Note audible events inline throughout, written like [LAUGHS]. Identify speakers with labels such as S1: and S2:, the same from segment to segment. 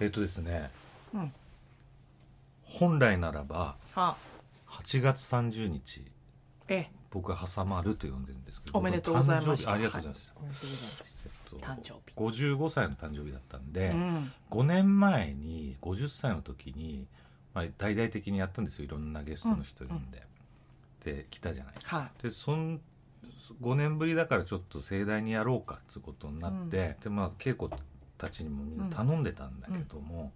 S1: えっとですね
S2: うん
S1: 本来ならば
S2: はあ
S1: 8月30日
S2: ええ
S1: 僕は挟まると呼んでるんですけど
S2: おめでとうございま
S1: 僕
S2: し
S1: の誕生日
S2: た
S1: ありがとうございます、
S2: はいおめでとうございました
S1: えっと
S2: 誕生日
S1: 55歳の誕生日だったんで、
S2: うん
S1: 5年前に50歳の時に、まあ、大々的にやったんですよいろんなゲストの人呼んで、で来たじゃない
S2: は
S1: でそん5年ぶりだからちょっと盛大にやろうかってことになって、でまあ稽古たちにもみんな頼んでたんだけども、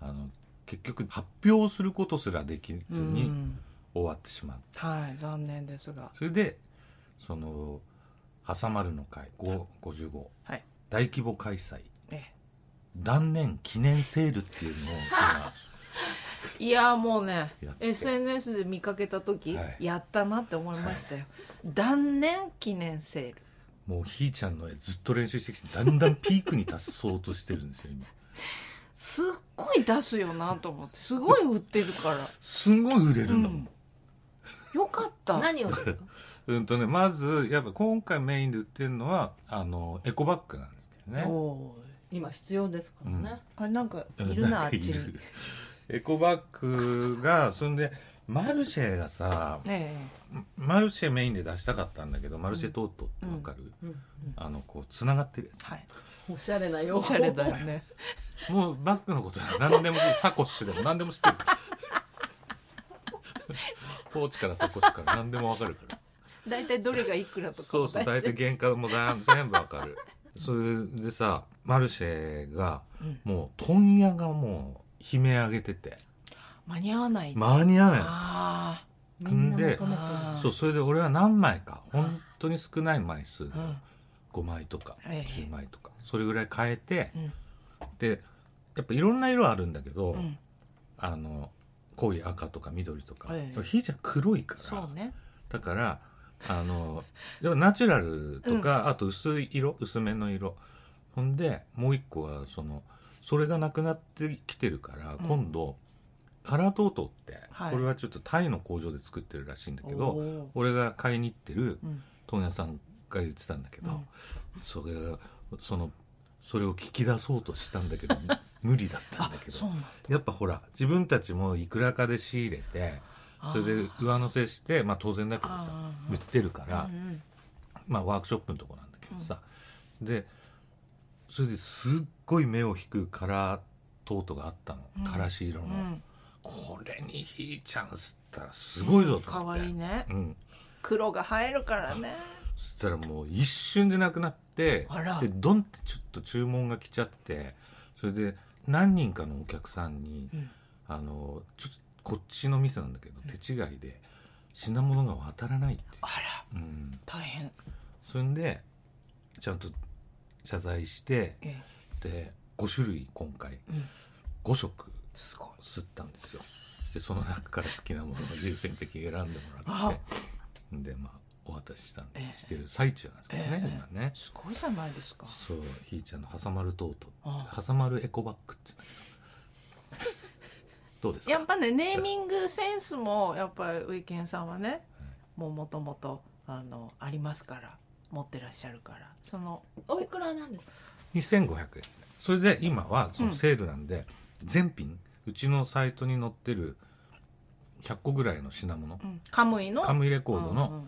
S1: あの結局発表することすらでき
S2: い
S1: ず
S2: う
S1: に
S2: ん
S1: 終わってしまった、
S2: はい残念ですが
S1: それでその「挟まるの会5 55
S2: はい
S1: 大規模開催
S2: え
S1: 断念記念セール」っていうのを今 [LAUGHS]
S2: えいやもうね
S1: やって
S2: SNS で見かけた時、
S1: はい
S2: やったなって思いましたよ、断念記念セール
S1: もうひーちゃんの絵ずっと練習してきてだんだんピークに達そうとしてるんですよ今。
S2: すっごい出すよなと思ってすごい売ってるから
S1: すんごい売れるんだもん
S2: よかった
S3: 何をですか
S1: うんとね、まず、やっぱ今回メインで売ってるのは、あの、エコバッグなんですけどね。
S2: おー
S3: 今必要ですからね、
S2: あれなんかい
S1: うん
S2: るな
S1: な
S2: あ
S1: ん
S2: っ
S1: か
S2: ち
S1: いる
S2: に。
S1: エコバッグが、そんで、マルシェがさ、
S2: え
S1: マルシェメインで出したかったんだけど、マルシェトートってわかる、
S3: うん
S1: あの、こう、つながってるや
S2: えはい
S3: おしゃれなよ
S2: おしゃれだよね [LAUGHS]
S1: つ。もう、バッグのことは何でも、サコッシュでも何でも
S2: [LAUGHS]
S1: 知ってる。ポーチからサコッシュから何でもわかるから。
S2: 大体どれがいくらとか
S1: そうそう大体原価もだ全部わ
S2: [LAUGHS]
S1: かるそれでさマルシェが
S2: うん
S1: もう問屋がもう悲鳴上げてて
S2: 間に合わない、
S1: 間に合わないの
S2: あ
S3: みんな求めてる
S2: あー
S1: そうそれで俺は何枚か本当に少ない枚数で
S2: あ
S1: 5枚とか
S2: ええ
S1: 10枚とかそれぐらい変えて
S2: うん
S1: でやっぱいろんな色あるんだけ
S2: う
S1: ど
S2: ん、うん、
S1: あの濃い赤とか緑とか
S2: ええ
S1: ひーちゃん黒いから
S2: そうね
S1: だからあのでもナチュラルとか、あと薄い色薄めの色ほんでもう一個はそのそれがなくなってきてるから、
S2: うん
S1: 今度カラートートって、
S2: はい
S1: これはちょっとタイの工場で作ってるらしいんだけ
S2: お
S1: ど
S2: ー
S1: 俺が買いに行ってる
S2: うん
S1: 問屋さんが言ってたんだけど、
S2: うん
S1: それがそのそれを聞き出そうとしたんだけ
S2: [LAUGHS]
S1: ど無理だったんだけ
S2: そう
S1: ど
S2: なん
S1: やっぱほら自分たちもいくらかで仕入れて
S2: あー
S1: それで上乗せして、まあ、当然だけどさ
S2: あ
S1: 売ってるか
S2: だ、
S1: ら、
S2: うんうん
S1: まあ、ワークショップのとこなんだけどさ、でそれですっごい目を引くカラートートがあったの、からし色の、
S2: うん、
S1: これにひーちゃん吸ったらすごいぞと
S2: か
S1: 思っ
S2: わ
S1: て、
S2: いいね
S1: うん、
S2: 黒が映えるからね
S1: そしたらもう一瞬でなくなって
S2: あら
S1: でドンってちょっと注文が来ちゃってそれで何人かのお客さんに、
S2: うん
S1: あのちょっとこっちの店なんだけど手違いで品物が渡らないっていう
S2: あら
S1: うん、
S2: 大変
S1: それでちゃんと謝罪して
S2: ええ
S1: で5種類今回、
S2: うん
S1: 5色
S2: すごい
S1: 吸ったんですよでその中から好きなものを優先的に選んでもらっ
S2: あ
S1: てでまあお渡ししたん
S2: ええ
S1: してる最中なんですけどね、
S2: ええ
S1: 今ね
S2: すごいじゃないですか
S1: そうひーちゃんの「挟まるトート」
S2: あ
S1: 挟まるエコバッグ」って言うんだけどどうです
S2: やっ
S1: か
S2: ぱねネーミングセンスもやっぱりウィケンさんはねもうもともとあのありますから持ってらっしゃるからその
S3: おいくらなんですか
S1: 2500円それで今はそのセールなんで、全品うちのサイトに載ってる100個ぐらいの品物、
S2: うんカムイの
S1: カムイレコ
S2: コ
S1: ードの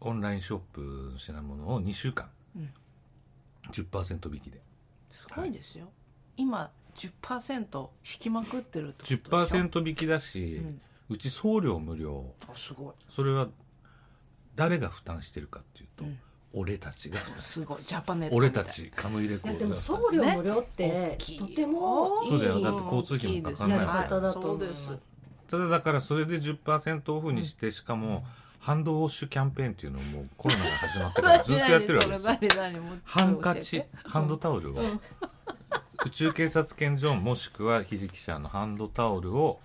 S1: オンラインショップの品物を2週間、
S2: うん
S1: 10%引きです
S2: ごいですよ、今10%引きまくってるってことでしょ
S1: 10%引きだし、う
S2: うん
S1: ち送料無料
S2: あすごい
S1: それは誰が負担してるかっていうと、
S2: うん
S1: 俺た
S2: [LAUGHS]
S1: ちが負担
S2: すごいジャパネット
S1: 俺たちカムイレ
S3: い
S1: コ
S3: や
S1: ー
S3: で
S1: ドが
S3: も
S1: 負担
S3: 送料
S2: ね
S3: 無料って
S2: 大きい
S3: とてもいい
S1: そうだよだって交通費もかかんない
S3: やり
S1: か
S3: 方
S1: ら
S3: だと思い
S2: そう
S3: ま
S2: ですす
S1: ただだからそれで10%オフにして、しかもハンドウォッシュキャンペーンっていうのをもうコロナが始まって [LAUGHS] からずっとやってるわけですよ
S2: 何何何
S1: ハンカチ、ハンドタオルを、宇宙警察犬ジョンもしくはひじき社のハンドタオルを、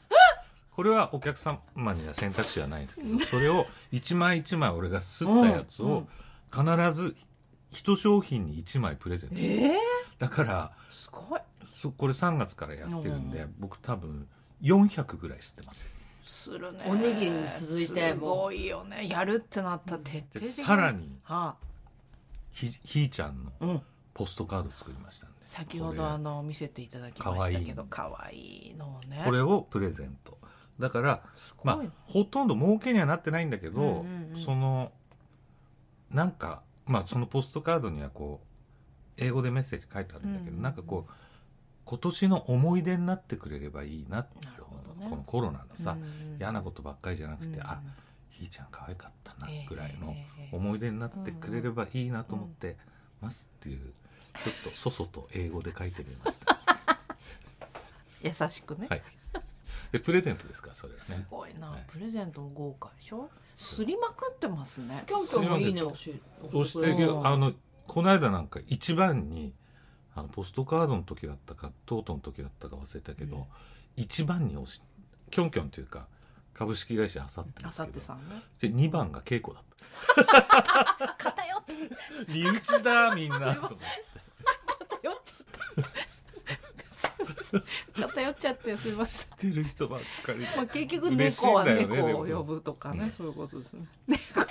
S1: これはお客様には選択肢はないんですけど、それを一枚一枚俺が吸ったやつを、必ず一商品に一枚プレゼント。
S2: ええ
S1: だから、
S2: すごい
S1: そこれ3月からやってるんで
S2: う、
S1: 僕多分400ぐらい吸ってます。
S2: するね
S3: おにぎりに続いて
S2: すごいよねやるってなったら徹底
S1: で、
S2: 的
S1: さら
S2: に
S1: に、
S2: は
S1: ひ、ひーちゃんの
S2: あうん
S1: ポストカード作りましたんで。
S2: 先ほどあの見せていただきましたけど可愛いのをね
S1: これをプレゼントだから
S2: ごい
S1: ま
S2: な
S1: あほとんど儲けにはなってないんだけど、
S2: うんうんうん
S1: そのなんかまあそのポストカードにはこう英語でメッセージ書いてあるんだけど、
S2: うんうん
S1: なんかこう今年の思い出になってくれればいいなって
S2: なる
S1: 思
S2: ほど
S1: う、
S2: ね
S1: このコロナのさ、
S2: うん
S1: 嫌なことばっかりじゃなくて、あ
S2: う
S1: ひーちゃん可愛かったなんぐらい
S2: え
S1: の
S2: えええええ
S1: 思い出になってくれればいいなと思ってますっていうちょっとそそと英語で書いてみま
S2: [LAUGHS]
S1: した。
S2: 優しくね、
S1: はい、でプレゼントですかそれは
S2: す
S1: ね。
S2: ごいな、
S1: はい
S2: プレゼントも豪華でしょすりまくってますね
S3: キョンキョンもいいね押し
S1: 押してけ
S2: る
S1: どあのこの間なんか一番にあのポストカードの時だったかトートの時だったか忘れたけど、
S2: うん
S1: 一番に押しキョンキョンというか株式会社あさって
S2: あ
S1: です
S2: さ
S1: け
S2: って
S1: ど
S2: さんね
S1: で2番が稽古だった
S2: 偏って
S1: 身内だみん [LAUGHS] なと思って
S2: 偏っちゃってすいません偏っちゃってすいません
S1: 知ってる人ばっかりで
S2: まあ、結局
S1: 嬉しい
S2: 猫
S1: ん
S2: は
S1: だよね
S2: 猫を
S1: でも
S2: 呼ぶとか
S1: う
S2: ね
S1: ん
S2: そういうことですね。猫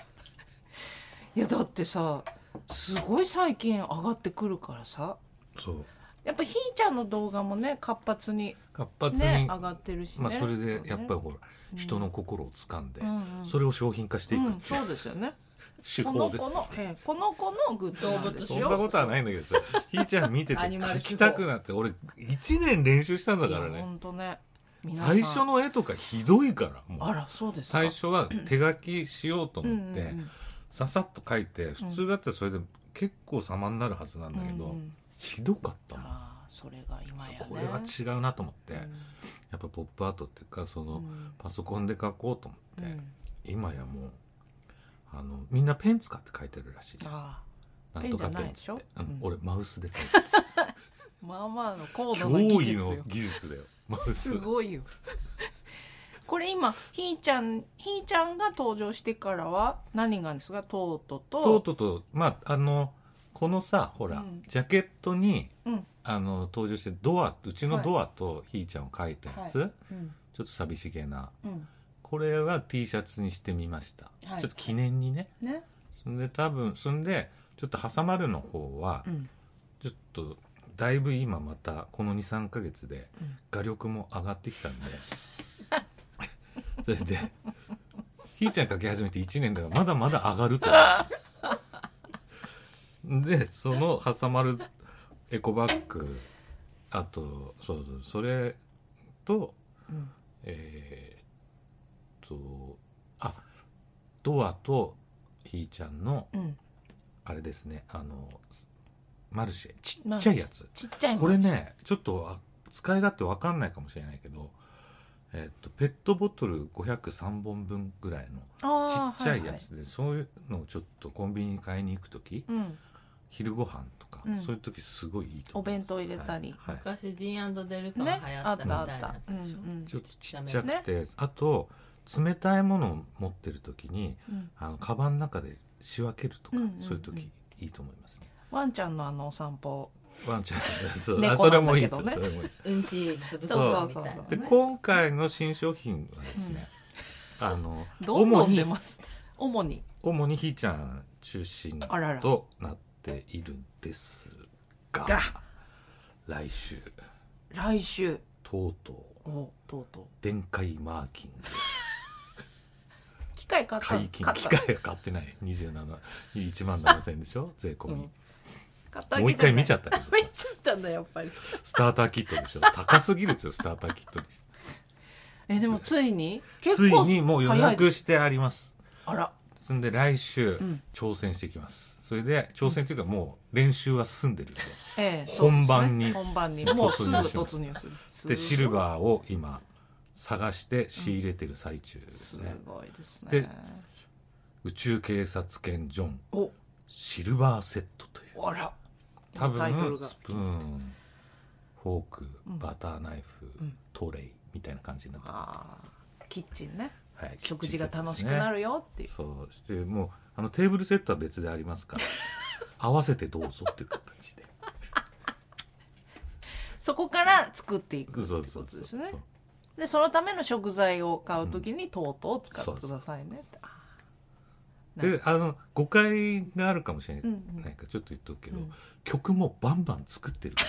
S2: いやだってさすごい最近上がってくるからさ
S1: そう
S2: やっぱひーちゃんの動画もね活発に
S1: 活発に、
S2: ね上がってるしね。
S1: まあ、それでやっぱり
S2: り、
S1: ほら、人の心を掴んで、
S2: うんうん
S1: それを商品化していくっ
S2: うん、
S1: ていう
S2: そうですよね。
S1: 手
S2: こ
S1: 法
S2: の
S1: です
S2: 子
S1: よ
S2: の、ええこの子のグッズなんです
S1: そんな
S2: よ。
S1: ことはないんだけどさひーちゃん
S2: [LAUGHS]
S1: 見てて
S3: アニマル
S1: 描
S3: 手法
S1: きたくなって俺1年練習したんだから
S2: いや
S1: ね
S2: 本当ね。皆さん
S1: 最初の絵とかひどいからも
S2: あ
S1: う
S2: らそうですか。
S1: 最初は手書きしようと
S2: うん
S1: 思って、ささっと書いて普通だったらそれで結構様になるはずなんだけど、
S2: うんうん
S1: ひどかったもん、
S2: ああそれが今やね。
S1: これは違うなと思って、
S2: う
S1: や
S2: ん
S1: っぱポップアートっていうかその、
S2: うん
S1: パソコンで書こうと思って、
S2: うん
S1: 今やもうあのみんなペン使って書いてるらしい
S2: ああ。
S1: なんとかペンっ
S2: ペンじゃないで
S1: て
S2: しょ
S1: うん
S2: うん
S1: 俺マウスで書いてる
S2: まあまあの高度な技
S1: 驚
S2: 術
S1: 異の
S2: よ。
S1: 技術だよマウス
S2: すごいよ。 [LAUGHS] これ今ひーちゃんひーちゃんが登場してからは何がですかトート
S1: とう
S2: と
S1: とうとまああのこのさほら、
S2: うん
S1: ジャケットに
S2: うん
S1: あの登場してドアうちのドアとひーちゃんを書いたやつ、
S2: うん
S1: ちょっと寂しげな
S2: うん
S1: これは T シャツにしてみました、
S2: はい
S1: ちょっと記念にね
S2: ね
S1: そんで多分そんでちょっと挟まるの方は、
S2: うん
S1: ちょっとだいぶ今またこの23か月で
S2: うん
S1: 画力も上がってきたんで、それで [LAUGHS] ひーちゃん描き始めて1年だからまだまだ上がると思うでその挟まるエコバッグあとそうそうそれと
S2: うん
S1: えーっとあドアとひーちゃんの
S2: うん
S1: あれですねあのマルシェちっちゃいやつ
S2: ちっちゃいもん
S1: これねちょっとあ使い勝手わかんないかもしれないけど、えっとペットボトル503本分ぐらいの
S2: あー
S1: ちっちゃい
S2: は
S1: や
S2: は
S1: つで、そういうのをちょっとコンビニに買いに行く時
S2: うん
S1: 昼ご飯とか、
S2: うん
S1: そういう時すごいいいと
S2: お
S1: 思い
S2: 弁
S1: ます
S2: 当入れたり
S1: はいはい
S3: 昔 D&D ルカン
S2: ね
S3: が流行
S2: あ
S3: っ
S2: ったた
S3: み
S2: あ
S3: た
S2: っ
S3: いな
S2: た
S3: やつ
S2: うんう
S3: で
S1: ち
S2: ん
S3: しょ
S1: ょっとちっちゃくて、あと冷たいものを持ってる時に
S2: うん
S1: あのカバンの中で仕分けるとか、
S2: うんうんうん
S1: そういう時いいと思いますね
S2: ワンちゃんのあのお散歩
S1: ワンちゃんそう
S2: 猫
S1: あそれ
S2: なん
S1: も
S2: だ
S1: い
S2: け
S1: いとそ
S2: どね
S1: れもいい
S3: うんちぶつぶつ
S1: そう
S3: みたいな
S2: そうそう
S1: で
S2: ね
S1: 今回の新商品はですね、あの
S2: どんど
S1: 主
S2: ん出
S1: に
S2: ます主に
S1: 主にひーちゃん中心
S2: あらら
S1: となっているんですが
S2: が
S1: 来週
S2: 来週
S1: とうとう
S2: おとうとう
S1: 電解マーキング
S2: 機械買った
S1: 解禁
S2: 買っ
S1: 機
S2: た
S1: 械は買って
S2: [LAUGHS]
S1: ない27万7千でしょ税込み、
S2: 買ったわけじゃない
S1: もう一回見ちゃったけど
S2: 見ちゃったんだやっぱり
S1: スターターキットでしょ高すぎるですよスターターキットに
S2: えでもついに
S1: つ
S2: 結
S1: い
S2: 構
S1: にもう予
S2: 早い
S1: 約してあります
S2: あら
S1: そんで来週、
S2: ん
S1: 挑戦していきますそれで挑戦というかもう練習は済んでるんですよ
S2: ええそうですね
S1: 本番に
S2: 本番に
S1: 突入
S2: もうすぐ
S1: します
S2: 突入するすご
S1: で
S2: い
S1: シルバーを今探して仕入れてる最中です
S2: す
S1: ね、
S2: ごいですね
S1: で宇宙警察犬ジョン
S2: お
S1: シルバーセットという
S2: あら
S1: 多
S2: タイトル
S1: 分
S2: が
S1: スプーンフォークバターナイフ、
S2: ん
S1: トレイみたいな感じになってる、
S2: あーキッチンね
S1: はい
S2: 食事が楽しくな
S1: る
S2: るよっていう
S1: そうしてもうあのテーブルセットは別であります
S2: [LAUGHS]
S1: から合わせてどうぞっていう形で
S2: そこから作っていく
S1: そうそう
S2: って
S1: そう
S2: こと
S1: そ
S2: です
S1: う
S2: ねでそのための食材を買うときにとうとう使ってくださいねってあ
S1: であの誤解があるかもしれない,、
S2: うんうん
S1: なんかちょっと言っとくけど、
S2: うん
S1: 曲もバンバン作ってる [LAUGHS] から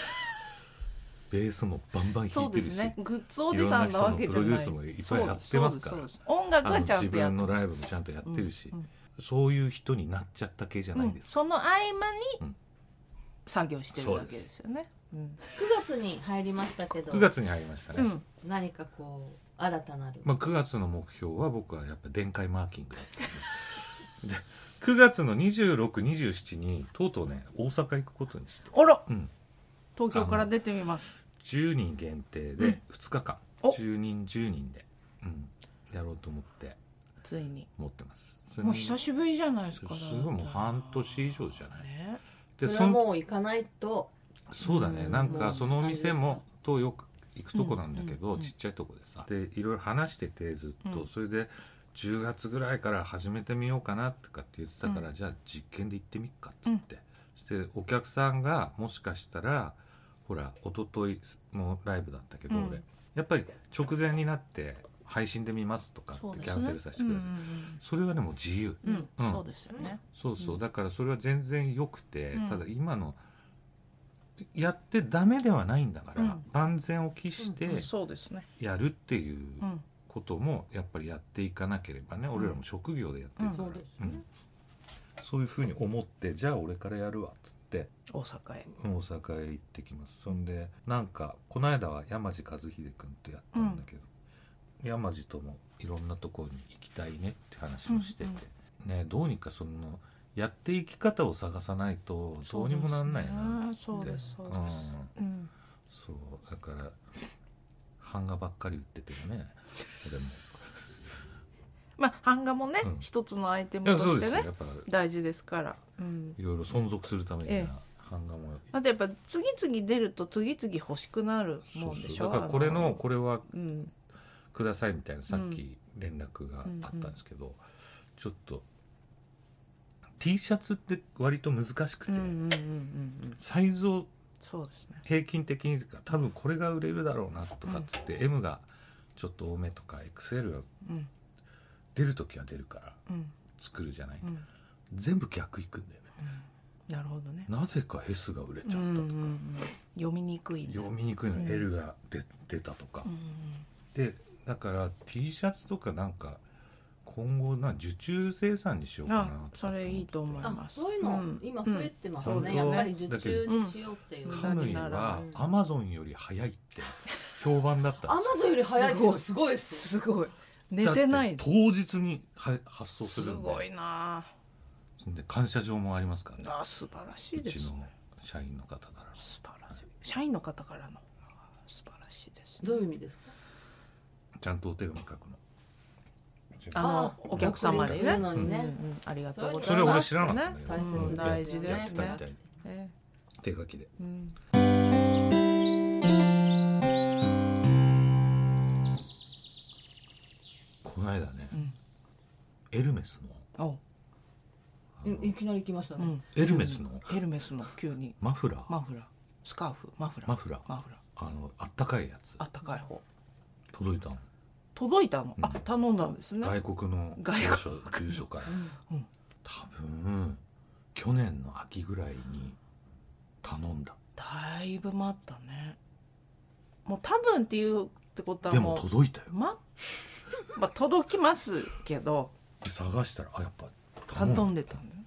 S1: ベースもバンバン弾
S2: そ
S1: いうて
S2: で
S1: る
S2: す
S1: し、
S2: ねグッズおじさんなわけじゃ
S1: い
S2: ない
S1: ろんな人のプロデュースもいっぱいやってますから
S2: そうですそうです音楽
S1: あの
S2: はちゃ
S1: 自
S2: んとやっ
S1: 分
S2: て
S1: のライブもちゃんとやってるし、
S2: うんうん
S1: そういう人になっちゃった系じゃないです、
S2: その合間
S1: う
S2: に
S1: ん
S2: 作業してるわけですよね。うん
S3: 月に入りましたけど
S1: 9月に入りましたね、
S2: うん
S3: 何かこう新たなる
S1: まあ、9月の目標は僕はやっぱ電解マーキングだったんでで9月の2627にとうとうね大阪行くことにして、
S2: あら
S1: うん、
S2: 東京から出てみます。
S1: 10人限定で2日間、
S2: お
S1: 10人10人で、うん、やろうと思って
S2: ついに。
S1: 持ってます
S2: もう久
S1: し
S2: しぶりじゃないですか。
S1: すごいもう半年以上じゃない
S2: ね
S3: そ
S1: で
S3: れ
S1: そ
S3: は
S1: ん
S3: もう行かないと
S1: そうだね
S2: うん
S1: なんかそのお店
S3: もうあれ
S1: もとよく行くとこなんだけ
S2: うん
S1: ど、
S2: うんうん
S1: ちっちゃいとこでさでいろいろ話しててずっと、
S2: うん
S1: それで10月ぐらいから始めてみようかなとかって言ってたから、じゃあ実験で行ってみっかっつって、そしてお客さんがもしかしたらほら一昨日のライブだったけど、
S2: うん
S1: 俺やっぱり直前になって配信で見ますとかって
S2: そうですね
S1: キャンセルさせてくれて、それはでも自由
S2: うんうんうん。
S1: うん
S2: そうですよね。
S1: そうそう、
S3: うん
S1: だからそれは全然良くて、
S2: うん
S1: ただ今のやってダメではないんだから、
S2: うん
S1: 万全を期して
S2: そうですね。
S1: やるっていう
S2: うん。
S1: こともやっぱりやっていかなければね、俺らも職業でやってるから、
S3: うんそうですよね
S1: うんそういうふうに思ってじゃあ俺からやるわっつって
S2: 大阪へ。
S1: 大阪へ行ってきますそんでなんかこの間は山地和秀君とやったんだけど、山地ともいろんなところに行きたいねって話もしてて、ねどうにかそのやっていき方を探さないとどうにもなんないなっつって
S2: そうですそうです
S1: ん
S2: うん。
S1: そうだから版画ばっかり売っててもね俺
S2: [LAUGHS]
S1: も
S2: まあ版画もね
S1: うん
S2: 一つのアイテム
S1: いや
S2: と
S1: そう
S2: し
S1: で
S2: て
S1: すよ
S2: ね
S1: やっぱ
S2: 大事ですから。うん。
S1: いろいろ存続するためには
S2: ええ
S1: 版画も
S2: あとやっぱ次々出ると次々欲しくなる
S1: そ
S2: も
S1: うん
S2: でし
S1: そ
S2: ょ。
S1: うだからこれ
S2: あ
S1: のこれは
S2: うん。
S1: くださいみたいなさっき連絡があったんですけど、ちょっと T シャツって割と難しくて、
S2: うんうんうんうんうん。
S1: サイズを
S2: そうですね。
S1: 平均的にとか多分これが売れるだろうなとかっつって、M がちょっと多めとか XL が
S2: うん
S1: 出る時は出るから
S2: うん
S1: 作るじゃない、
S2: うん。
S1: 全部逆いくんだよね
S2: なるほどね。
S1: なぜか S が売れちゃったとか、
S2: うんうんうん読みにくいね。
S1: 読みにくいの
S2: うん
S1: L が出,、出たとか、
S2: うん
S1: でだから T シャツとかなんか今後な受注生産にしよう
S2: うん。
S1: かな
S2: あ
S1: とか思って、
S2: それいいと思い
S3: あ
S2: ます。
S3: そういうの、
S2: ん
S3: 今増えてますね、
S1: うん
S3: やっぱり受注にしようっていう、
S2: うん
S1: カムイはアマゾンより早いって評判だった
S3: アマゾンより早いっていうのすごいっす
S2: すごい。寝てない
S1: だって。当日には発送す
S2: す
S1: るん
S2: ごい
S1: で
S2: な
S1: で感謝状もありますからね
S2: あ。あ素晴らし
S1: う
S2: いで
S1: ち
S2: す。
S1: の社員の方から
S2: 素晴らしい。社員の方からのあー素晴らしいですね。
S3: どういう意味ですか
S1: ちゃんとお手紙書く
S2: あ
S1: の
S2: の
S3: あ
S2: お客様にね。うんう
S3: 送り出すのにね
S2: んありがとうござ
S1: そ
S2: い
S1: れ俺
S2: ます。
S1: 知らなかったんだけど
S3: 大切
S2: 大
S3: です
S2: 事
S3: よね
S2: で
S1: やっ
S2: す
S1: てたみ
S2: ね
S1: た。いに
S2: え
S1: 手書きで
S2: えうん
S1: この間ね
S2: うん
S1: エルメスの
S2: お
S1: あ
S3: う
S1: の
S3: んいきなり来ました
S2: う
S3: ね、
S2: ん
S1: エルメスの
S2: ヘルメスの急に
S1: マフラー
S2: マフラースカーフマフラー
S1: マフラー
S2: マフラー
S1: あのあったかいやつ
S2: あったかい方
S1: 届いたの
S2: 届いたの、
S1: うん
S2: あ頼んだんですね
S1: 外国の
S2: 外
S1: 住所住所から
S2: うん
S1: 多分去年の秋ぐらいに頼んだ
S2: だいぶ待ったねもう多分っていうってことは
S1: で
S2: も
S1: も
S2: う
S1: 届いたよ
S2: ままあ届きますけど
S1: で探したらあやっぱ
S2: 頼ん
S1: だ
S2: でたんだよ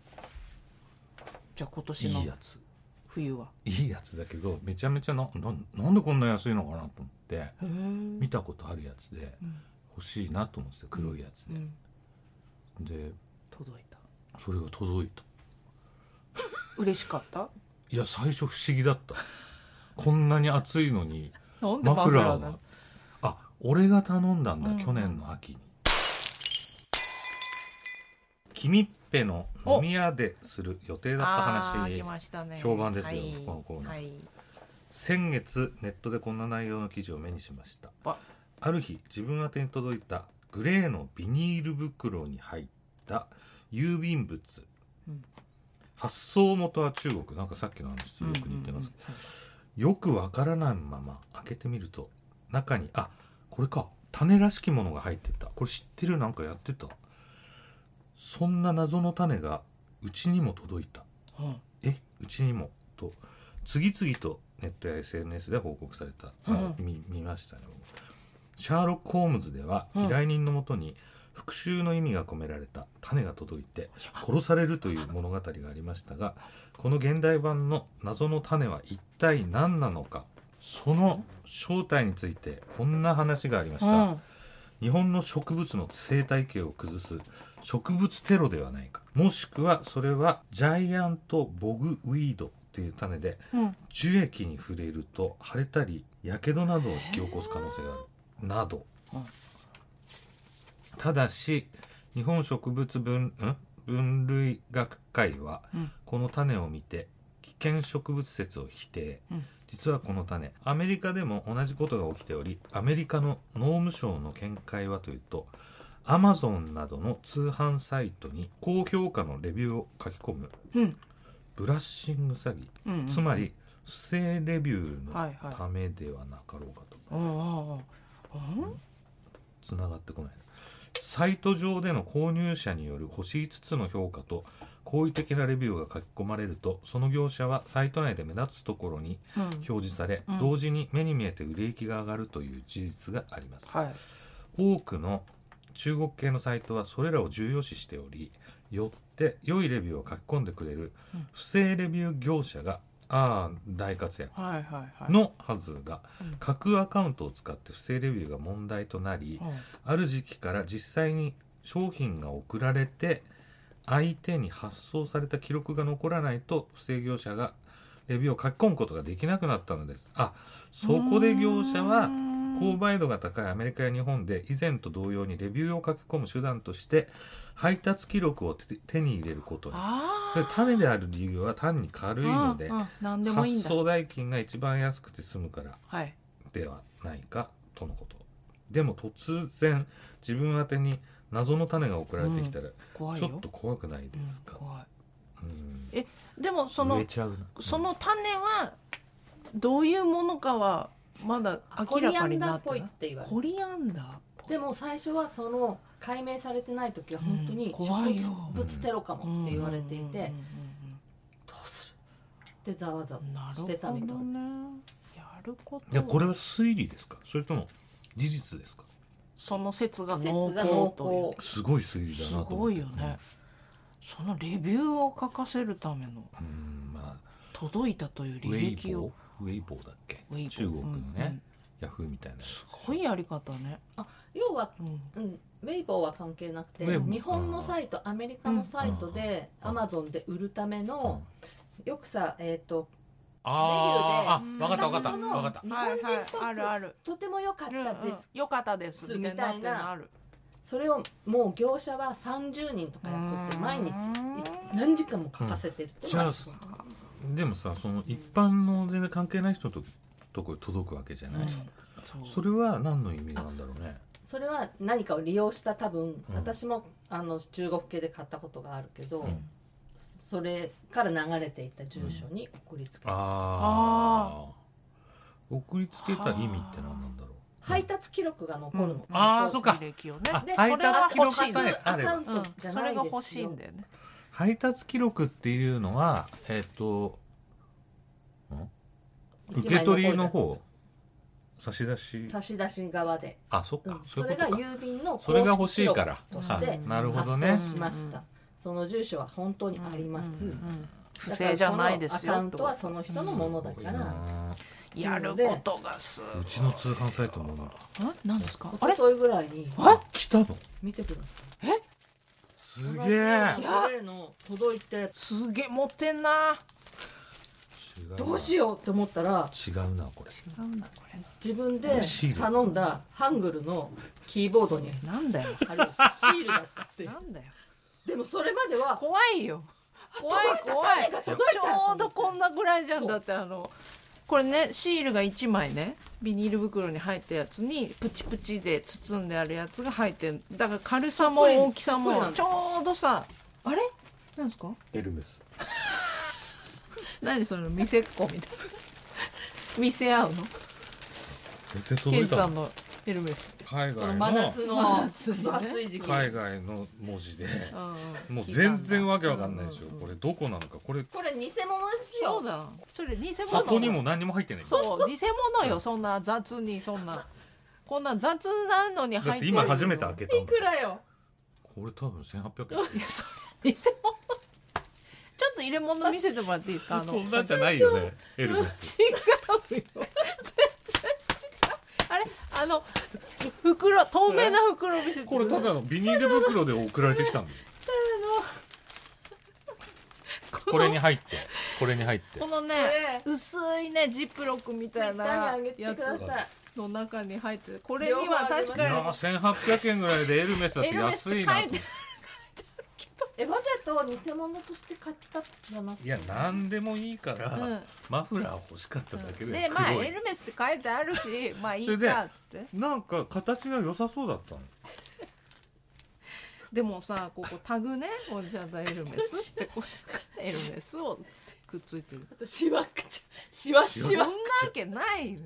S2: じゃあ今年
S1: い
S2: の
S1: いやつ
S2: 冬はい
S1: いやつだけどめちゃめちゃなななんでこんな安いのかなと思って
S2: へえ
S1: 見たことあるやつで
S2: うん
S1: 欲しいなと思ってた黒いやつ
S2: う
S1: で、
S2: ん
S1: で
S2: 届いた
S1: それが届いた
S2: 嬉しかった
S1: いや最初不思議だったこんなに暑いのに
S2: なんで
S1: マ
S2: マ
S1: フ
S2: フ
S1: ラ
S2: ラ
S1: ー
S2: ーな
S1: が
S2: の
S1: あ俺が頼んだんだ、
S2: うん
S1: 去年の秋に君っぺの飲み屋でする予定だった
S2: あー
S1: 話
S2: 来ましたね
S1: 評判ですよ
S2: はい
S1: このコーナー
S2: はい
S1: 先月ネットでこんな内容の記事を目にしました
S2: あ
S1: ある日自分宛てに届いたグレーのビニール袋に入った郵便物、
S2: うん
S1: 発送元は中国なんかさっきの話とよく似てます、
S2: うんうん
S1: よくわからないまま開けてみると中にあこれか種らしきものが入ってたこれ知ってるなんかやってたそんな謎の種がうちにも届いた
S2: うん
S1: えうちにもと次々とネットや SNS で報告された、あ見見ましたね僕シャーロック・ホームズでは
S2: うん
S1: 依頼人のもとに復讐の意味が込められた種が届いて殺されるという物語がありましたがこの現代版の謎の種は一体何なのかその正体についてこんな話がありました、
S2: うん
S1: 日本の植物の生態系を崩す植物テロではないかもしくはそれはジャイアントボグウィードという種で
S2: うん
S1: 樹液に触れると腫れたりやけどなどを引き起こす可能性があるなど、
S2: うん
S1: ただし日本植物分ん分類学会は
S2: うん
S1: この種を見て危険植物説を否定、
S2: うん
S1: 実はこの種アメリカでも同じことが起きておりアメリカの農務省の見解はというとアマゾンなどの通販サイトに高評価のレビューを書き込む
S2: うん
S1: ブラッシング詐欺
S2: うん
S1: つまり不正レビュー
S2: はい
S1: の
S2: はい
S1: ためではなかろうかと
S2: うんうんうんうん
S1: つながってこないサイト上での購入者による星5つの評価と好意的なレビューが書き込まれるとその業者はサイト内で目立つところに
S2: うん
S1: 表示され、
S2: うん
S1: 同時に目に見えて売れ行きが上がるという事実があります
S2: はい
S1: 多くの中国系のサイトはそれらを重要視しておりよって良いレビューを書き込んでくれる
S2: うん
S1: 不正レビュー業者がああ大活躍
S2: はいはいはい
S1: のはずが
S2: うん
S1: 架空アカウントを使って不正レビューが問題となり
S2: うん
S1: ある時期から実際に商品が送られて相手に発送された記録が残らないと不正業者がレビューを書き込むことができなくなったのですあそこで業者は購買度が高いアメリカや日本で以前と同様にレビューを書き込む手段として配達記録を手手に入れることに
S2: あ
S1: それ種である理由は単に軽いので
S2: うんうん何でもいいん
S1: 発
S2: だ
S1: 送代金が一番安くて済むから
S2: はい
S1: ではないかとのことでも突然自分宛てに謎の種が送られてきたら
S2: 怖い
S1: ちょ
S2: よ
S1: っと怖くないですか、
S2: うん怖い
S1: うん
S2: でもそ
S1: 植
S2: の
S1: えちゃうな
S2: その種はどういうものかはまだ
S3: コ
S2: 明ら
S3: リア
S2: かに
S3: ンダ
S2: な
S3: ー
S2: っ
S3: っぽ
S2: て
S3: いっ
S2: ない
S3: て言われる
S2: コリアンダーっぽい
S3: でも最初はその解明されてない時は本当
S2: うん
S3: に
S2: 怖いよ
S3: 植物テロかもって言われてい
S2: う
S3: て、
S2: んうんうん
S3: どうするってざわざわ
S2: うんな
S3: し
S2: る
S3: てたみたい
S2: ほどねやること
S1: いやこれは推理ですかそれとも事実ですか
S2: その説が
S3: 説
S2: 濃
S3: が
S2: 厚
S3: 濃
S2: と
S3: 厚
S1: すごい推
S2: いう
S1: 理だ
S2: す
S1: なと思
S2: ご
S1: って
S2: いよねそのレビューを書かせるための
S1: うんうんまあ
S2: 届いたという
S1: ウェ
S2: 履
S1: イ
S2: 歴
S1: ボー
S2: を
S1: ウェイボーだっけ
S2: ウェイボー
S1: 中国のね、
S2: うんうん
S1: ヤフーみたいなやつ
S2: すごいやり方ね
S3: 要は、
S2: うん
S3: うん、ウェイボーは関係なくて
S1: ウェイボー
S3: 日本のサイトアメリカのサイトで
S1: うん
S3: アマゾンで売るため
S1: うん
S3: の、よくさえっ、と
S1: あ
S2: レビ
S1: ー
S2: ューで
S1: あ分かった分かっ
S3: 片
S1: た
S3: 言
S1: 分
S3: の
S1: かった
S3: 日本人スト
S2: ある
S3: ッ
S2: あ
S3: ク
S2: る
S3: とても良かったです、
S2: よかったですみ
S3: み
S2: た
S3: た
S2: い
S3: い
S2: な
S3: な
S2: っていうのある
S3: それをもう業者は30人とかやってて
S2: うん
S3: 毎日い何時間も書かせてるって
S1: じゃあでもさその一般の全然関係ない人のととこに届くわけじゃない、
S2: そう
S1: それは何の意味があるんだろうね
S3: それは何かを利用した多分、
S1: うん
S3: 私もあの中国系で買ったことがあるけど、
S1: ん
S3: それから流れていった住所に送りつけ、
S1: ああ送りつけた意味って何なんだろう
S3: 配達記録が残るの、
S2: うん
S1: あーそっか
S2: 履歴をね
S1: あ
S2: で
S3: 配
S2: それは
S3: 達記
S2: 欲
S3: 録
S2: しいんだ
S1: さ
S2: よ
S1: えあれば
S3: アカウントじ
S2: うん
S3: ゃ
S2: そ
S3: な
S2: れ
S3: い
S2: が
S3: で
S2: 欲
S3: す
S2: しい
S3: よ
S2: んだよね
S1: 配達記録っていうのはえっ、とん受け取りの方差し出し
S3: 差し出し側で、
S1: あそっ
S3: う
S1: か、
S3: ん
S1: そ
S3: そう
S1: いう
S3: れ
S1: こ
S3: が
S1: とか
S3: 郵便の
S1: それが欲しいから
S3: 公式記録として
S1: あなるほどね
S3: 発送しました、
S2: うん
S3: その住所は本当にあります、
S2: うんうん不正じゃないですよ
S3: だからこのアカウントはその人のものだから、
S2: やることがす
S1: うちの通販サイトも
S2: 何ですかあ
S3: お
S2: れ
S3: とといぐらいに
S1: 来たの
S3: 見てください
S1: すげえ
S3: それの届いて
S2: すげえ持ってんな
S3: どうしようって思ったら
S1: 違うなこれ
S2: なんだこれ
S3: 自分で
S1: シール
S3: 頼んだハングルのキーボードに
S2: なんだよ
S3: 貼るシールだったって
S2: なんだよ
S3: でもそれまでは
S2: 怖いよ怖い怖いちょうどこんなぐらいじゃんだってあのこれねシールが1枚ねビニール袋に入ったやつにプチプチで包んであるやつが入ってるだから軽さも
S3: そっくり
S2: 大きさ
S3: そっくりな
S2: も
S3: の
S2: ちょうどさあれなんですか
S1: エルメス
S2: 何その見せっこみたいな見せ合うの
S1: 絶対
S2: ケ
S1: 届
S2: ン
S1: い
S2: さ
S1: た
S2: んのエルメスって
S1: 海
S3: この
S1: 外
S3: 真
S1: の
S3: 夏の
S2: 真
S3: 暑
S2: 夏ね
S3: い時期
S1: 海外の文字で
S2: うんうん
S1: もう全然わけわかんないでしょ
S2: うんうんうん
S1: これどこなのかこれ
S3: これ偽物です
S2: そう
S3: よ
S2: だそれ偽物
S1: 箱にも何にも入ってない
S2: そう偽物よそんな雑にそんなこんな雑なのに
S1: だっ
S2: 入ってて
S1: 今初めて開けた
S3: い
S1: んだ
S3: くらよ
S1: これ多分1800円
S2: いやそれ偽物ちょっと入れ物見せてもらっていいですかあの
S1: こんなんじゃないよ
S2: [LAUGHS]
S1: ねエルメス
S2: 違うよ全然違うあれあの袋透明な袋見せて
S1: これただのビニール袋で送られてきたんだよこれに入ってこれに入って
S2: このね
S3: ええ
S2: 薄いねジップロックみ
S3: ツイ
S2: たい
S3: ッターに
S2: な
S3: あげて
S2: や
S3: くだ
S2: つ
S3: さい
S2: の中に入ってるこれには確
S1: いや
S2: か
S1: ー1800円ぐらいでエルメスだっ
S2: に
S1: て安いなと
S2: エルメスって書いて
S3: えわざと偽物として買ったじゃなく
S1: いや何でもいいから、
S2: うん
S1: マフラー欲しかっただけで
S2: でまあ
S1: 黒い、
S2: エルメスって書いてある [LAUGHS] しまあいい
S1: それで
S2: かって
S1: なんか形が良さそうだったの
S2: でもさここタグねこれじゃあエルメスってこう [LAUGHS] エルメスをくっついてる
S3: てしわくちゃしわし
S2: そんなわけない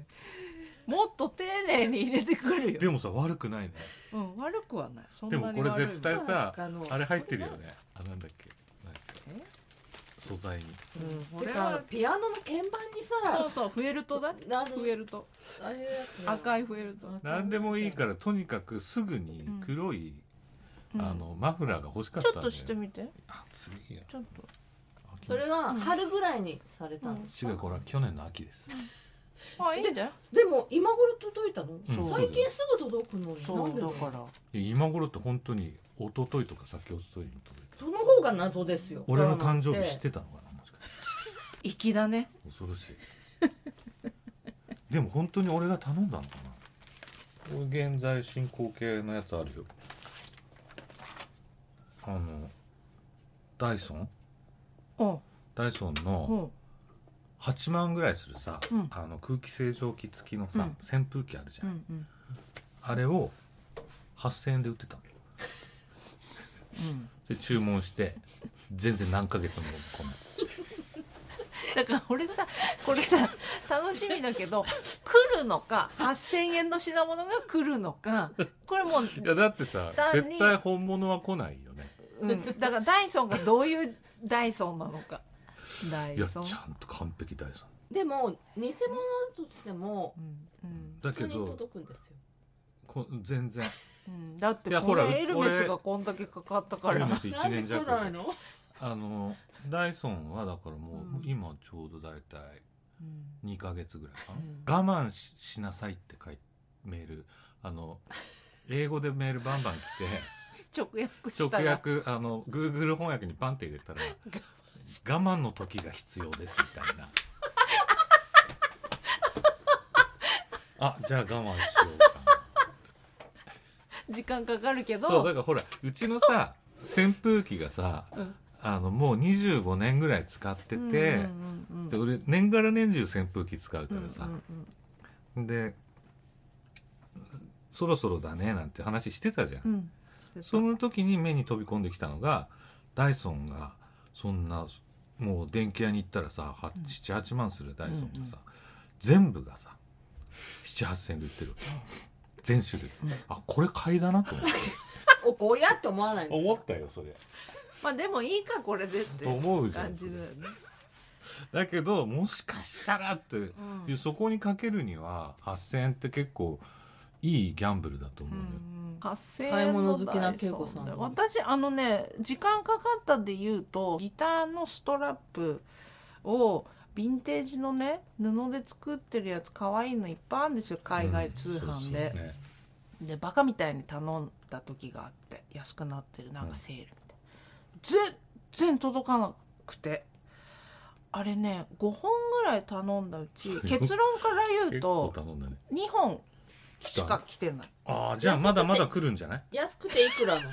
S2: もっと丁寧に入れてくるよ
S1: でもさ悪くないね
S2: うん、悪くはない。そん
S1: で
S2: なに
S1: も
S2: 悪い
S1: これ絶対さ
S2: あの
S1: あれ入ってるよねあなんだっけなんか素材に
S2: うん、
S3: わ
S2: こ
S3: て
S2: れ
S3: かあの
S2: は。
S3: ピアノの鍵盤に
S2: そう
S3: さ
S2: そう、フェルトだ。
S3: な
S2: フェ
S3: る
S2: ルト。
S3: あれやつ
S2: 赤いフェルト。
S1: 何でもいいからとにかくすぐに黒い、
S2: うん
S1: あのマフラーが欲しかっ
S2: ち
S1: た
S2: ょ
S1: んだ
S2: っ
S1: よ
S2: としてみて。
S1: 暑いよ
S2: ちょっと。
S1: 秋
S3: それは春ぐらいにされたんです
S1: 違うこれは去年の秋です
S2: あ、いいんじゃん。
S3: でも今頃届いたの、
S1: ん
S3: 最近すぐ届くのに
S2: そ
S3: なん
S2: う、
S3: で
S2: だ
S3: の
S2: から。
S1: で今頃って本当に一昨日とか先おとといに届いた
S3: その方が謎ですよ
S1: 俺の誕生日知ってたのかなもしかして
S2: 粋だね。
S1: 恐ろしいでも本当に俺が頼んだのかなこれ現在進行形のやつあるよあのダイソン
S2: うん、
S1: ダイソン
S2: う
S1: の
S2: ん、
S1: 8万ぐらいするさ、
S2: うん
S1: あの空気清浄機付きのさ、
S2: うん
S1: 扇風機あるじゃ、
S2: うんん、うん。
S1: あれを8,000円で売ってたの
S2: うん。
S1: で注文して全然何ヶ月も来ない
S2: だから、俺さ、これさ、楽しみだけど。来るのか、八千円の品物が来るのか。これもう。
S1: いやだってさ
S2: 単に
S1: 絶対本物は来ないよね
S2: うん、だから、ダイソンがどういうダイソンなのか。ダイ
S1: いやちゃ
S2: ソン。
S1: んと完璧ダイソン
S3: でも偽物だとしても
S2: うん、うん。
S1: だ
S3: 普
S1: け
S3: 通に
S1: ど
S3: 届くんですよ
S1: こ全然
S2: うんだって
S1: いや
S2: こ
S1: ほら
S2: れエルメスがこんだけかかったか
S1: エル
S2: ら
S1: メス1年弱
S3: なんで来ないの
S1: あのダイソンはだからもう、
S2: うん
S1: 今ちょうど大体
S2: うん
S1: 2ヶ月ぐらいか
S2: うん
S1: な、我慢ししなさいって書いてメールあの英語でメールバンバン来
S2: 直訳
S1: て
S2: した
S1: 直
S2: ら
S1: 訳あの Google 翻訳にバンって入れた
S2: [LAUGHS]
S1: ら我慢の時が必要ですみ
S2: [LAUGHS]
S1: たいなあじゃあ我慢しようか
S2: [LAUGHS]
S1: な
S2: 時間かかるけ
S1: そうだ
S2: ど
S1: からほらうちのさ扇風機がさ、
S2: うん
S1: あのもう25年ぐらい使ってて、
S2: うんうんうんうん
S1: で俺年がら年中扇風機使うか
S2: うん
S1: らさ
S2: う、んうん
S1: でそろそろだねなんて話してたじゃん、
S2: うん
S1: その時に目に飛び込んできたのがダイソンがそんなもう電気屋に行ったらさは
S2: うん
S1: 78万するダイソンが
S2: うんうん
S1: さ、全部がさ78000円で売ってるわけ全種類、
S2: うん
S1: あこれ買いだなと思って
S3: おおやって思わないんですよ
S1: ったよそれ
S2: まあでもいいかこれでって
S1: と思うじゃん
S2: 感じだよね
S1: だけどもしかしたらっていう
S2: う、ん
S1: そこにかけるには8,000円って結構いいギャンブルだと思
S2: う
S1: うよ、
S2: ん8000円
S3: 買い物
S2: の
S3: 好きな恵子さん
S2: ダイソンで私あのね時間かかったで言うとギターのストラップをヴィンテージのね布で作ってるやつ可愛いのいっぱいあるんですよ海外通販で
S1: うんそうそうね
S2: でバカみたいに頼んだ時があって安くなってるなんかセールみたいな、全然届かなくてあれね5本ぐらい頼んだうち
S1: [LAUGHS]
S2: 結論から言う
S1: 結構
S2: と
S1: 頼んだね
S2: 2本
S1: 来
S2: したか来てない
S1: ああじゃあまだまだ来るんじゃない
S3: 安くていくらなの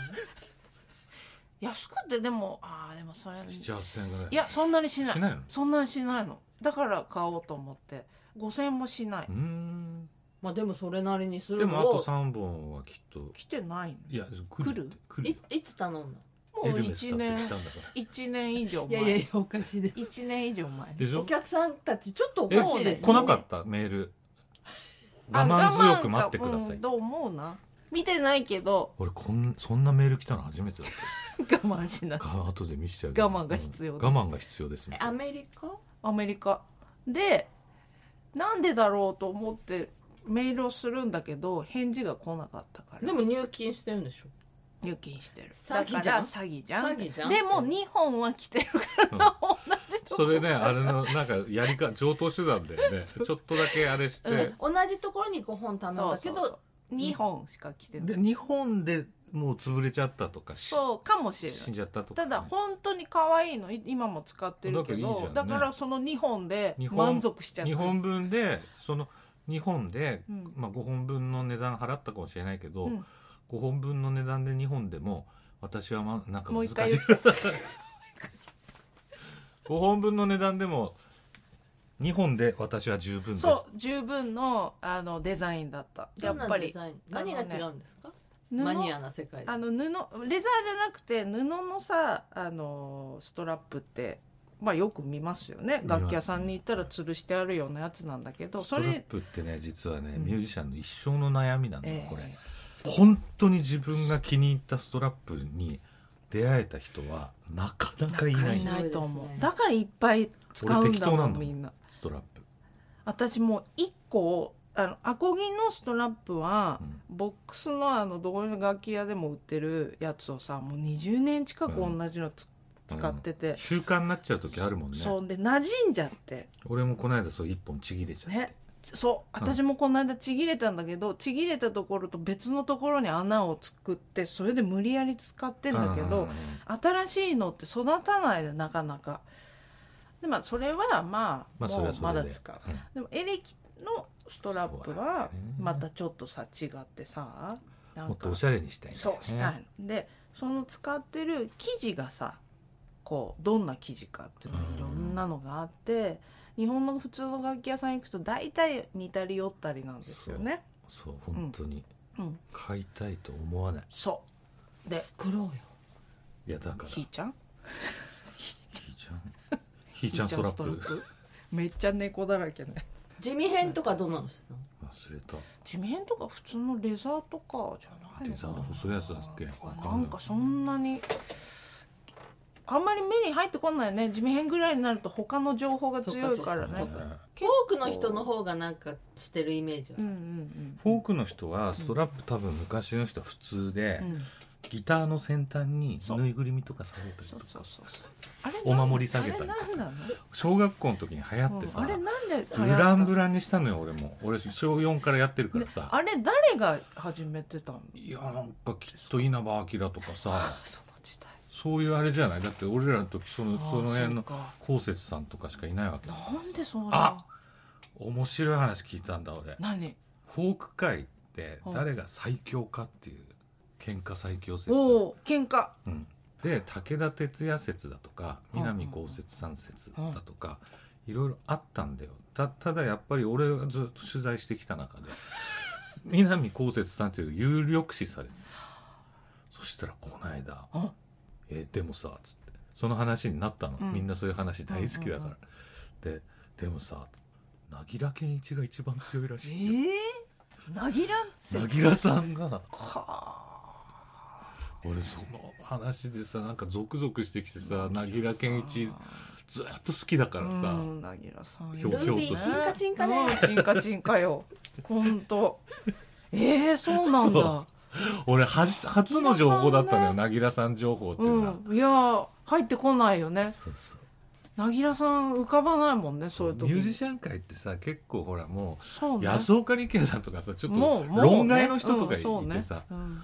S2: 安くてでもああでもそれい
S1: ?7,8,000円ぐらい
S2: やそんなにしない
S1: しないの
S2: そんなにしないのだから買おうと思って5,000円もしないう
S1: ーん
S3: まあでもそれなりにす
S1: で
S3: る
S1: もあ
S3: の
S1: と
S3: を
S1: 3本はきっと
S2: 来てないの
S1: いや来るって来
S3: い
S1: る
S3: いつ頼んだの
S2: も
S1: エ
S2: う
S1: ルメスだって来
S2: 1年
S1: たんだから
S2: 1年以上前
S3: やおかしいです
S2: 1年以上前
S1: でしょ
S3: お客さんたちちょっとお
S1: え
S3: かしいです
S1: 来なかったメール我慢強く待ってくだ
S2: 我慢
S1: さ
S2: かう
S1: い
S2: ん、。どう思うな見てないけど
S1: 俺こんそんなメール来たの初めてだった。
S2: 我慢しない
S1: が後で見せてあげる
S2: 我慢が必要
S1: うん我慢が必要です
S3: え
S1: ね
S3: アメリカ
S2: アメリカでなんでだろうと思ってメールをするんだけど返事が来なかったから
S4: でも入金してるんでしょ
S2: 入金してる
S3: 詐
S2: だ
S3: 欺
S2: か
S3: じゃん
S2: ら詐欺じゃん
S4: 詐欺じゃん
S2: でも
S4: に
S2: 2本は来てるから、同じとこ
S1: それねあれのなんかやりか上等手段だ
S2: [LAUGHS]
S1: よねちょっとだけあれして、
S3: 同じところに5本頼んだけ
S2: そうそうそ
S3: ど
S2: う2本しか来てない
S1: で日本でもう潰れちゃったとかし
S2: そうかもしれない
S1: 死んじゃったとか
S2: た
S1: ね、
S2: だ本当に可愛いのい今も使ってるけど
S1: だ
S2: だ
S1: けどいいじゃんね
S2: からその2本で
S1: 日本
S2: 満足しちゃって
S1: 日本分でその日本で、
S2: うん
S1: まあ、5本分の値段払ったかもしれないけど、
S2: うん
S1: 5本分の値段で日本でも私はまなんか
S2: もう
S1: 難し
S2: 一
S1: い
S2: 回言っ
S1: [LAUGHS] 5本分の値段でも日本で私は十分です
S2: そう十分のあのデザインだったやっぱり
S4: どんなデザイン何が違うんですか、
S2: 布
S4: マニアな世界で
S2: あの布レザーじゃなくて布のさあのストラップってまあよく見ますよね
S1: 見ますね
S2: 楽器屋さんに行ったら吊るしてあるようなやつなんだけど
S1: スト
S2: そ
S1: ラッ
S2: れ
S1: プってね実はね、
S2: うん
S1: ミュージシャンの一生の悩みなんだよ、
S2: ええ
S1: これ本当に自分が気に入ったストラップに出会えた人はなかなかい
S2: な
S1: ないい
S2: いないと思
S4: そうです
S2: う
S4: ね
S2: だからいっぱい使う
S1: 俺
S2: ん
S1: 適
S2: だ
S1: 当
S2: も
S1: なんだ
S2: ん
S1: もん
S2: みんな
S1: ストラップ、
S2: 私もう1個あのアコギのストラップは
S1: うん
S2: ボックスのあのどこの楽器屋でも売ってるやつをさもう20年近く同じのつ、使ってて、
S1: 習慣になっちゃう時あるもんね
S2: そうで馴染んじゃって
S1: 俺もこの間そう一本ちぎれちゃって、
S2: ねそう
S1: うん
S2: 私もこの間ちぎれたんだけど、ちぎれたところと別のところに穴を作ってそれで無理やり使ってんだけど、
S1: うん
S2: 新しいのって育たないでなかなかでまあそれはまあ、
S1: まあそれ
S2: も
S1: は
S2: う
S1: それ
S2: ま
S1: で
S2: だ使うでもエレキのストラップは
S1: そうだね
S2: またちょっとさ違ってさな
S1: うんんもっとおし
S2: ゃ
S1: ゃれにしたいんだよ
S2: そ
S1: ね
S2: うしたいの。でその使ってる生地がさこうどんな生地かっていうの
S1: うん
S2: いろんなのがあって日本の普通の楽器屋さん行くと大体似たり寄ったりなんですよね。
S1: そう本当に、
S2: うん、
S1: 買いたいと思わない
S2: そうで
S4: 作ろうよ
S1: いやだからひ
S2: ひーちゃん
S1: ーちゃんひーちゃんストラップ
S2: ひーちゃんストラップめっちゃ猫だらけね。
S4: 地味編とかどうなのしてんの
S1: 忘れた
S2: 地面とか普通のレザーとかじゃないのかな
S1: レザーの細いやつだっけわかんな
S2: ないんかそんなにあんまり目に入ってこないね地面ぐらいになると他の情報が強いから
S1: そ
S2: ね
S1: うだね
S4: フォークの人の方がなんかしてるイメージは
S2: うんうん
S1: フォークの人はストラップ多分昔の人は普通で、
S2: うんうん
S1: ギターの先端にぬいぐるみとかされたり
S2: そ
S1: と
S2: うそう
S1: か
S2: そうそうあれ
S1: お守り下げたりと
S2: あ
S1: か
S2: れなんなの
S1: 小学校の時に流行って
S2: うん
S1: さ
S2: あれなんで
S1: ブランブ
S2: ラ
S1: ランにしたのよ俺も俺小4からやってるからさ、
S2: あれ誰が始めてたの
S1: いやなんかきっと稲葉明とかさ
S2: その時代
S1: そういうあれじゃないだって俺らの時その
S2: あー
S1: その辺
S2: そ
S1: の
S2: うか
S1: こうせつさんとかしかいないわけだから
S2: なんでそう
S1: あ面白い話聞いたんだ俺
S2: 何
S1: フォーク界って
S2: うん
S1: 誰が最強かっていう喧嘩最強説
S2: おお喧嘩
S1: うん、で武田鉄矢説だとか南こうせつさん説だとか、いろいろあったんだよたただやっぱり俺がずっと取材してきた
S2: [LAUGHS]
S1: 中で南こうせつさんっていう有力視されてたそしたらこの間
S2: うん
S1: 「えでもさ」つってその話になったの、
S2: うん
S1: みんなそういう話大好きだ
S2: うんうん
S1: から、で「でもさ」なぎら健一が一番強いら
S2: え
S1: しいよ
S2: ーなぎらんせ
S1: なぎらさんが
S2: は
S1: 俺その話でさなんかゾクゾクしてきてさなぎら健一ずっと好きだ
S2: あ
S1: からさ、
S2: うんなぎらさん
S1: ひょ
S2: い
S1: う
S2: る
S1: ひょう
S3: ル
S1: と
S3: ービーチンカチンカね
S2: うんチンカチンカよ [LAUGHS] 本当えー、そうなん
S1: そ
S2: だ
S1: 俺初初の情報だったのよ
S2: ね
S1: なぎらさん情報っていううのは、
S2: んいやー入ってこないよね
S1: そうそう
S2: なぎらさん浮かばないもんねそういう時
S1: ミュージシャン界ってさ結構ほらも
S2: そう
S1: う
S2: ね
S1: 安岡力也さんとかさちょっ
S2: も
S1: と
S2: うもうね
S1: 論外の人とかい
S2: うんそうね
S1: てさ、
S2: うん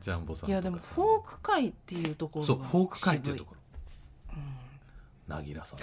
S1: ジャンボさんとか
S2: いやでもフォ
S1: ー
S2: ーク界っていうところ
S1: そうフォーク界っていうと
S2: こ
S1: ころなぎらさん